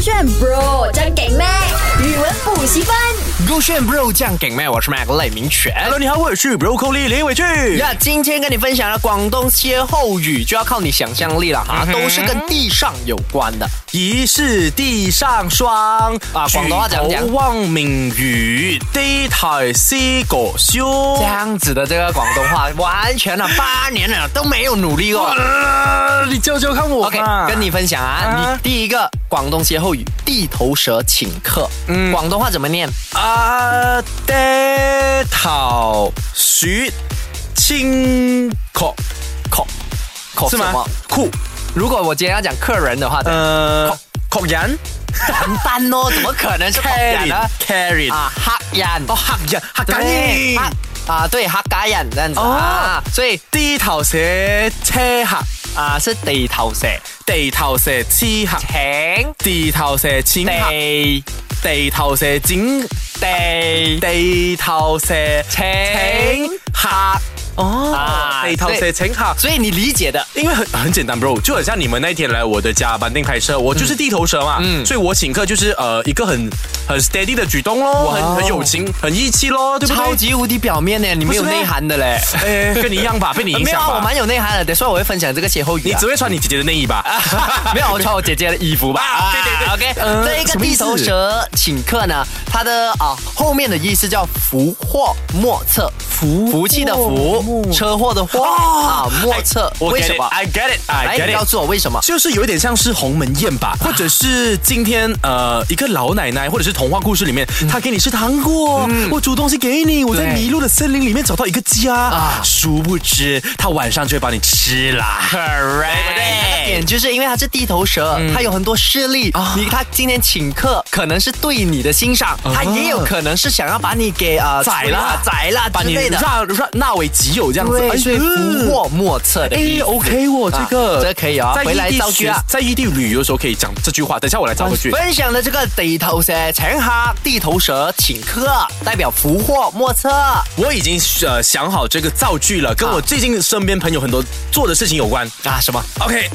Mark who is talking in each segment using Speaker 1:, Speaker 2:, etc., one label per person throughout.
Speaker 1: 炫 Bro 真给力，语文补习班。
Speaker 2: 勾炫 bro 酱给妹，我是 Mac 雷明全。
Speaker 3: Hello，你好，我是 Broccoli 李伟俊。
Speaker 2: 呀，今天跟你分享的广东歇后语就要靠你想象力了
Speaker 3: 嗯
Speaker 2: 哈，都是跟地上有关的。
Speaker 3: 疑是地上霜，
Speaker 2: 啊广东话怎样讲
Speaker 3: 举头望明月，低头思故乡
Speaker 2: 这。样子的这个广东话，完全了八年了都没有努力过。
Speaker 3: 啊你教教看我
Speaker 2: OK，
Speaker 3: 嘛
Speaker 2: 跟你分享啊，
Speaker 3: 啊
Speaker 2: 你第一个广东歇后语“地头蛇请客”，
Speaker 3: 嗯
Speaker 2: 广东话怎么念？
Speaker 3: 啊，低头雪清壳
Speaker 2: 口口
Speaker 3: 是
Speaker 2: 什
Speaker 3: 吗
Speaker 2: 么？？
Speaker 3: 酷，
Speaker 2: 如果我今天要讲客人的话，嗯
Speaker 3: 呃，壳人
Speaker 2: 很淡哦，怎么可能是口人呢？
Speaker 3: ，carry，carry，
Speaker 2: 啊，黑人
Speaker 3: 哦，客人，客
Speaker 2: 对，
Speaker 3: 人
Speaker 2: 哈。啊，对，哈嘎人这样子、
Speaker 3: 哦
Speaker 2: 啊，所以
Speaker 3: 低头寫車客，
Speaker 2: 啊是地头蛇，
Speaker 3: 地頭寫黐客，
Speaker 2: 请
Speaker 3: 地頭寫錢客，
Speaker 2: 地
Speaker 3: 地頭寫剪，
Speaker 2: 地
Speaker 3: 地頭寫
Speaker 2: 请
Speaker 3: 客。哦
Speaker 2: 啊，
Speaker 3: 地頭寫請客。
Speaker 2: 所以你理解的
Speaker 3: 因为很很简单，bro，就很像你们那一天来我的家板定拍摄，我就是地头蛇嘛，
Speaker 2: 嗯
Speaker 3: 所以我请客就是呃一个很很 steady 的举动咯，
Speaker 2: 哇哦
Speaker 3: 很很有情，很义气咯，对不对？
Speaker 2: 超级无敌表面呢，你没有
Speaker 3: 不是咩
Speaker 2: 内涵的 嘞。
Speaker 3: 哎， 跟你一样吧，被你影
Speaker 2: 没有
Speaker 3: 响
Speaker 2: 啊，我
Speaker 3: 吧。
Speaker 2: 蛮有内涵的，等一下我会分享这个歇后语
Speaker 3: 你
Speaker 2: 啊、
Speaker 3: 只会穿你姐姐的内衣吧？
Speaker 2: 没有，我穿我姐姐的衣服吧。
Speaker 3: 啊对对对
Speaker 2: 啊，OK、
Speaker 3: 呃
Speaker 2: 这一个
Speaker 3: 什么意
Speaker 2: 地
Speaker 3: 思
Speaker 2: 头蛇请客呢，它的啊后面的意思叫福祸莫测，
Speaker 3: 福
Speaker 2: 福气的
Speaker 3: 祸
Speaker 2: 福，
Speaker 3: 莫
Speaker 2: 车祸的祸、啊，莫测。
Speaker 3: 哦哎我
Speaker 2: 为什么？哎
Speaker 3: ？I get it，I
Speaker 2: 来，
Speaker 3: get
Speaker 2: 你
Speaker 3: it
Speaker 2: 告。诉我为什么？
Speaker 3: 就是有一点像是鸿门宴吧，或者是今天呃一个老奶奶，或者是童话故事里面，她给你吃糖果，
Speaker 2: 嗯
Speaker 3: 我煮东西给你，我在
Speaker 2: 对
Speaker 3: 迷路的森林里面找到一个
Speaker 2: 啊
Speaker 3: 家，殊不知她晚上就会把你吃啦。
Speaker 2: 它的哎点就是因为它是地头蛇，
Speaker 3: 嗯
Speaker 2: 它有很多势力。
Speaker 3: 啊
Speaker 2: 你他今天请客，可能是对你的欣赏，他也有可能是想要把你给啊
Speaker 3: 宰啦
Speaker 2: 宰啦
Speaker 3: 把
Speaker 2: 之
Speaker 3: 你
Speaker 2: 类的。
Speaker 3: 纳纳纳为己有这样子，
Speaker 2: 对，
Speaker 3: 哎
Speaker 2: 所以福祸莫测的意
Speaker 3: 哎
Speaker 2: 思。
Speaker 3: ，OK 哦，这
Speaker 2: 啊
Speaker 3: 个
Speaker 2: 这个可以啊
Speaker 3: 在
Speaker 2: 回来
Speaker 3: 异地
Speaker 2: 造句啊啊
Speaker 3: 学在异地旅游的时候可以讲这句话。等一下我来造个句。
Speaker 2: 分享的这个地头蛇请客，地头蛇请客，代表福祸莫测。
Speaker 3: 我已经呃想好这个造句了，跟
Speaker 2: 啊
Speaker 3: 我最近身边朋友很多做的事情有关。
Speaker 2: 啊，什么？
Speaker 3: OK，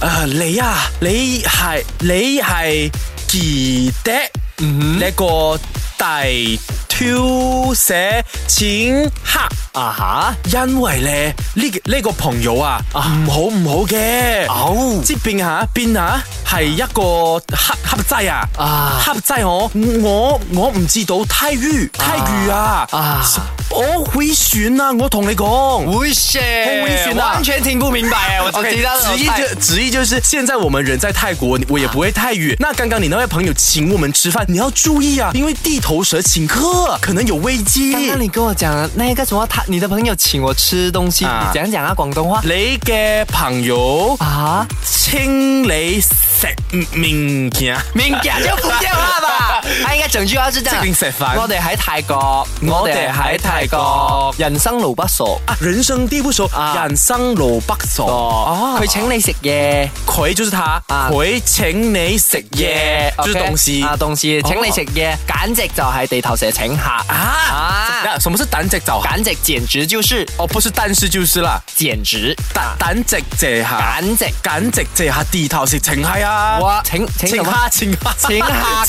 Speaker 3: 啊你啊，你係你係記得呢個第挑寫錢客。
Speaker 2: 啊哈，
Speaker 3: 因為咧呢呢、個朋友啊，唔好唔好嘅，
Speaker 2: 哦
Speaker 3: 即變下變下係一個黑黑仔啊，
Speaker 2: 啊
Speaker 3: 黑仔我我我唔知道泰語泰語啊，
Speaker 2: 啊
Speaker 3: 我會選啊，我同你講。
Speaker 2: 危险，
Speaker 3: 危险啊
Speaker 2: 完全听不明白哎， 我只
Speaker 3: OK，
Speaker 2: 知道
Speaker 3: 直译
Speaker 2: 太
Speaker 3: 就直译就是现在我们人在泰
Speaker 2: 啊
Speaker 3: 国，我也不会泰语。那刚刚你那位朋友请我们吃饭，你要注意啊，因为地头蛇请客可能有危机。
Speaker 2: 刚刚你跟我讲那个什么，他你的朋友请我吃东西，
Speaker 3: 啊
Speaker 2: 你讲讲啊，广东话
Speaker 3: 你嘅朋友
Speaker 2: 啊，
Speaker 3: 请你食面嘅，
Speaker 2: 明讲就福建话吧。 他应该整句话是这
Speaker 3: 即
Speaker 2: 样
Speaker 3: 係食：飯
Speaker 2: 我哋喺泰國，我哋喺泰國，人生路不熟。
Speaker 3: 啊，人生地不熟，
Speaker 2: 啊
Speaker 3: 人生路不熟。
Speaker 2: 哦，佢請你食嘢
Speaker 3: 佢就是他，
Speaker 2: 啊
Speaker 3: 佢请你食嘢，
Speaker 2: ，OK？
Speaker 3: 就是东西哦
Speaker 2: 啊，東西請你食嘢，簡直就係地頭蛇請客
Speaker 3: 啊。
Speaker 2: 啊！
Speaker 3: 那什么是蛋只走客？
Speaker 2: 簡直簡直就是
Speaker 3: 哦，不是，但是就是啦，
Speaker 2: 簡直
Speaker 3: 蛋蛋只借客。
Speaker 2: 簡直
Speaker 3: 簡直借下地頭食情係啊！
Speaker 2: 哇！請請什
Speaker 3: 請
Speaker 2: 麼
Speaker 3: 客請客
Speaker 2: 请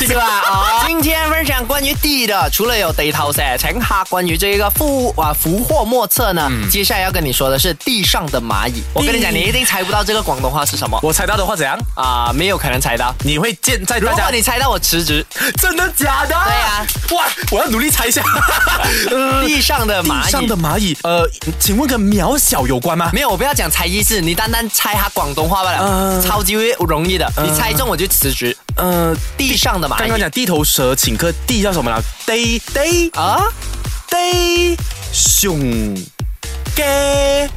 Speaker 2: 客是吧？啊，今天分享关于地的，除了有地头蛇请客，关于这一个福啊福祸莫测呢，接下来要跟你说的是地上的蚂蚁。我跟你讲，你一定猜不到这个广东话是什么
Speaker 3: 我猜到的话怎样？
Speaker 2: 啊、没有可能猜到。
Speaker 3: 你会见在
Speaker 2: 如
Speaker 3: 大
Speaker 2: 果
Speaker 3: 家
Speaker 2: 你猜到，我辞职。
Speaker 3: 真的假的？对
Speaker 2: 啊，
Speaker 3: 哇！我要努力猜一下。呃
Speaker 2: 地上的蚂
Speaker 3: 地
Speaker 2: 蚁，
Speaker 3: 上的蚂蚁，呃，请问跟渺小有关吗？
Speaker 2: 没有，我不要讲猜意思，你单单猜它广东话罢了，
Speaker 3: 嗯
Speaker 2: 超级容易的。你猜中我就辞职。
Speaker 3: 呃，
Speaker 2: 地上的蚂
Speaker 3: 刚刚
Speaker 2: 蚁
Speaker 3: 讲地头蛇请客，地叫什么了？地地
Speaker 2: 啊，
Speaker 3: 地熊嘅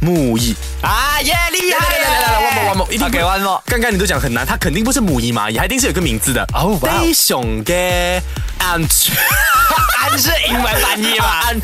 Speaker 3: 母蚁。
Speaker 2: 啊耶，厉害
Speaker 3: 来
Speaker 2: 了！
Speaker 3: 来来来来，one more one more，一定
Speaker 2: OK
Speaker 3: 不
Speaker 2: one more。
Speaker 3: 刚刚你都讲很难，它肯定不是母蚁蚂蚁，它一定是有个名字的。
Speaker 2: 哦哇哦
Speaker 3: 地熊嘅 ant。
Speaker 2: 安是英文翻译嘛？安安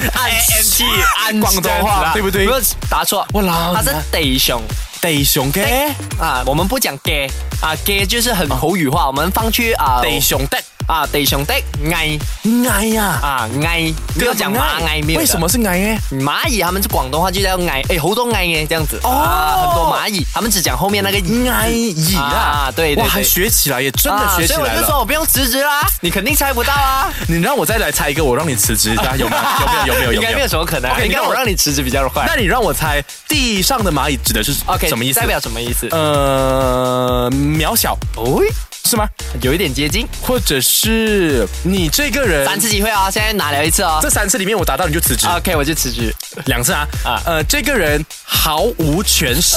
Speaker 2: T 安
Speaker 3: 哎广东话对不对
Speaker 2: 如果答错，
Speaker 3: 哇啦
Speaker 2: 它是得熊
Speaker 3: 地熊嘅
Speaker 2: 哎啊，我们不讲 gay 啊，gay 就是很口语化，我们放去啊
Speaker 3: 地熊的
Speaker 2: 啊，地上的蚁
Speaker 3: 蚁呀，
Speaker 2: 啊蚁，不要讲蚂蚁，没有的
Speaker 3: 为什么是蚁呢？
Speaker 2: 蚂蚁？他们是广东话就叫蚁，哎，好多蚁耶，这样子
Speaker 3: 哦
Speaker 2: 啊，很多蚂蚁，他们只讲后面那个蚁
Speaker 3: 蚁蚁啊
Speaker 2: 啊，对对
Speaker 3: 哇，还
Speaker 2: 对
Speaker 3: 学起来，也真的学起
Speaker 2: 啊所以
Speaker 3: 来
Speaker 2: 我就
Speaker 3: 了。
Speaker 2: 说我不用辞职啦，你肯定猜不到啊。
Speaker 3: 你让我再来猜一个，我让你辞职，大家 有吗？有没有？有没有？
Speaker 2: 应该没有什么可能啊。
Speaker 3: OK，
Speaker 2: 应该
Speaker 3: 你让
Speaker 2: 我
Speaker 3: 我
Speaker 2: 让你辞职比较快。
Speaker 3: 那你让我猜，地上的蚂蚁指的是
Speaker 2: OK，
Speaker 3: 什么意思
Speaker 2: 代？表什么意思？
Speaker 3: 呃，渺小
Speaker 2: 哦，
Speaker 3: 是吗？
Speaker 2: 有一点接近。
Speaker 3: 或者是你这个人，
Speaker 2: 三次机会啊，现在哪聊一次哦啊
Speaker 3: 这三次里面我答到你就辞职，
Speaker 2: ？OK，我就辞职。
Speaker 3: 两次啊
Speaker 2: 啊呃
Speaker 3: 啊，呃，这个人毫无权势，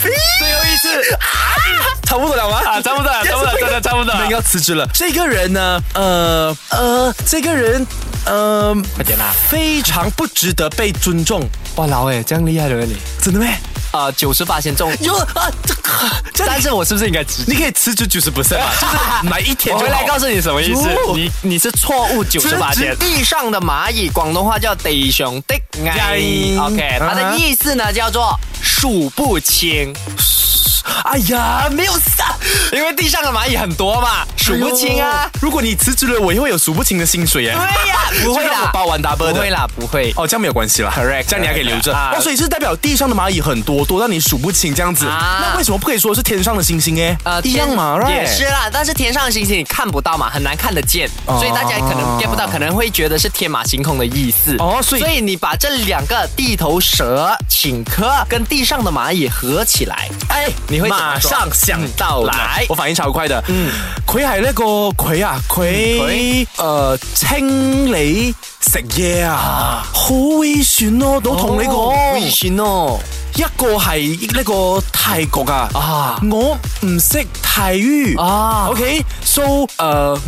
Speaker 2: 最后一次
Speaker 3: 差不多了吗？
Speaker 2: 啊，差不 多了，差不多了，真的差不多
Speaker 3: 那
Speaker 2: 了
Speaker 3: 应。该辞职了。这个人呢，呃呃，这个人，呃，
Speaker 2: 快点啊啦！
Speaker 3: 非常不值得被尊重，
Speaker 2: 哇，老哎，这样厉害的你。
Speaker 3: 真的咩？
Speaker 2: 啊，九十八先中。
Speaker 3: 有啊，这个这样
Speaker 2: 但是我是不是应该辞职？
Speaker 3: 你可以辞职九十 percent 嘛，就是买一天
Speaker 2: 我
Speaker 3: 就
Speaker 2: 回
Speaker 3: 好
Speaker 2: 来告诉你什么意思
Speaker 3: 哟，
Speaker 2: 你你是错误九十八
Speaker 3: 辞职
Speaker 2: 千。地上的蚂蚁，广东话叫地上的啊蚁
Speaker 3: 蚁。
Speaker 2: OK，它
Speaker 3: 嗯
Speaker 2: 的
Speaker 3: 哼
Speaker 2: 意思呢叫做数不清。
Speaker 3: 哎呀，没有啥。
Speaker 2: 因为地上的蚂蚁很多嘛，数不清
Speaker 3: 哎
Speaker 2: 啊
Speaker 3: 呦。！如果你辞职了，我也会有数不清的薪水耶。
Speaker 2: 对呀、不会
Speaker 3: 就 让我
Speaker 2: 啦，
Speaker 3: 包完 double 的
Speaker 2: 不会啦，不会。
Speaker 3: 哦，这样没有关系啦
Speaker 2: Correct，
Speaker 3: 这样你还可以留着。
Speaker 2: 啊
Speaker 3: 哦，所以是代表地上的蚂蚁很多多，但你数不清这样子。
Speaker 2: 啊
Speaker 3: 那为什么不可以说是天上的星星哎？一样嘛
Speaker 2: 天
Speaker 3: ，right？
Speaker 2: 呃也是啦，但是天上的星星你看不到嘛，很难看得见，
Speaker 3: 哦
Speaker 2: 所以大家可能 get 不到，可能会觉得是天马行空的意思。
Speaker 3: 哦所以
Speaker 2: 所以你把这两个地头蛇、请客跟地上的蚂蚁合起来，
Speaker 3: 哎，
Speaker 2: 你会怎么
Speaker 3: 马
Speaker 2: 说
Speaker 3: 上想到
Speaker 2: 嗯
Speaker 3: 来
Speaker 2: 來，
Speaker 3: 我反应超快的。嗯，佢係呢個佢啊，
Speaker 2: 嗯
Speaker 3: 佢
Speaker 2: 佢
Speaker 3: 誒清理食嘢啊，好危險咯！我同你
Speaker 2: 微
Speaker 3: 講，
Speaker 2: 信哦，
Speaker 3: 一個係呢個泰國啊，
Speaker 2: 啊
Speaker 3: 我唔識泰語
Speaker 2: 啊
Speaker 3: ，OK，so 誒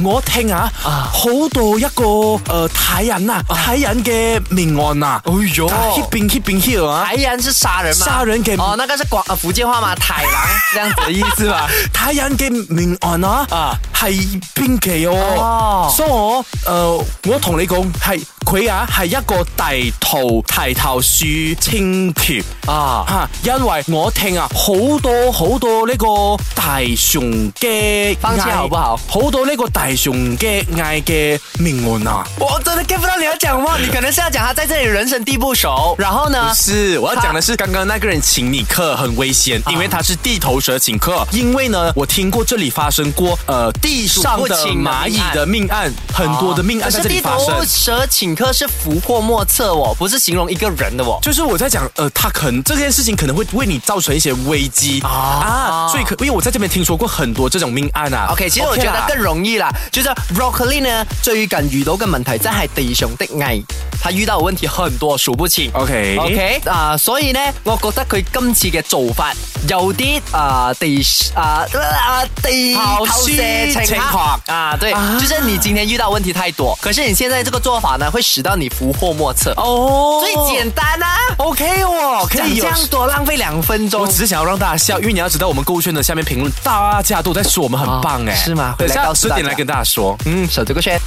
Speaker 3: 我聽下，
Speaker 2: 啊
Speaker 3: 好到一個誒泰人
Speaker 2: Ờ.
Speaker 3: 啊，泰人嘅命案啊，
Speaker 2: 哎呦
Speaker 3: h i t 邊 hit 邊 hit 啊
Speaker 2: 台，人是杀人吗？
Speaker 3: 杀人给
Speaker 2: 哦，那个是广呃福建话嘛，太郎这样子的意思嘛。
Speaker 3: 泰人嘅命案 啊，
Speaker 2: 啊
Speaker 3: 係邊期哦
Speaker 2: 哦，
Speaker 3: 所以我誒我同你講係佢啊係一個地圖提頭樹清橋。
Speaker 2: 啊
Speaker 3: 吓，因為我聽啊，好多好多呢個大熊嘅
Speaker 2: 放棄好不好
Speaker 3: 好多呢個大熊嘅嗌嘅命案啊！
Speaker 2: 我真的 get 不到你要讲什么，你可能是要讲他在这里人生地不熟，然后呢？
Speaker 3: 是，我要讲的是刚刚那个人请你客很危险，因为他是地头蛇请客。
Speaker 2: 啊
Speaker 3: 因为呢，我听过这里发生过呃地上的蚂蚁的命案，很多的命案
Speaker 2: 可
Speaker 3: 在
Speaker 2: 哦是
Speaker 3: 这
Speaker 2: 地
Speaker 3: 里发生。
Speaker 2: 头蛇请客是福祸莫测哦，不是形容一个人的哦。
Speaker 3: 就是我在讲，呃，他可能这件事情可能会为你造成一些危机啊
Speaker 2: 啊
Speaker 3: 所以可因为我在这边听说过很多这种命案啊。
Speaker 2: OK，其實我
Speaker 3: OK
Speaker 2: 覺
Speaker 3: 啦
Speaker 2: 得更容易啦，就是 broccoli 呢最近遇到嘅問題真係地上的蟻，他遇到嘅問題很多，數不清。
Speaker 3: OK
Speaker 2: OK 啊、所以呢，我覺得佢今次嘅做法有啲啊、地啊啊地
Speaker 3: 好
Speaker 2: 頭
Speaker 3: 事
Speaker 2: 蛇
Speaker 3: 情
Speaker 2: 情
Speaker 3: 況
Speaker 2: 況啊，對，就是你今天遇到問題太多，可是你現在這個做法呢，會使到你福禍莫測。
Speaker 3: 哦，
Speaker 2: 最簡單啊，
Speaker 3: OK 哦，可
Speaker 2: 讲
Speaker 3: 以有
Speaker 2: 这。样多浪费两分钟
Speaker 3: 我只。是想要让大家笑，因为你要知道，我们购物圈的下面评论，大家都在说我们很棒哎、
Speaker 2: 哦是吗回
Speaker 3: 等
Speaker 2: 来
Speaker 3: 下
Speaker 2: 告诉
Speaker 3: 十
Speaker 2: 大家
Speaker 3: 点来跟大家说。
Speaker 2: 嗯，守这个圈。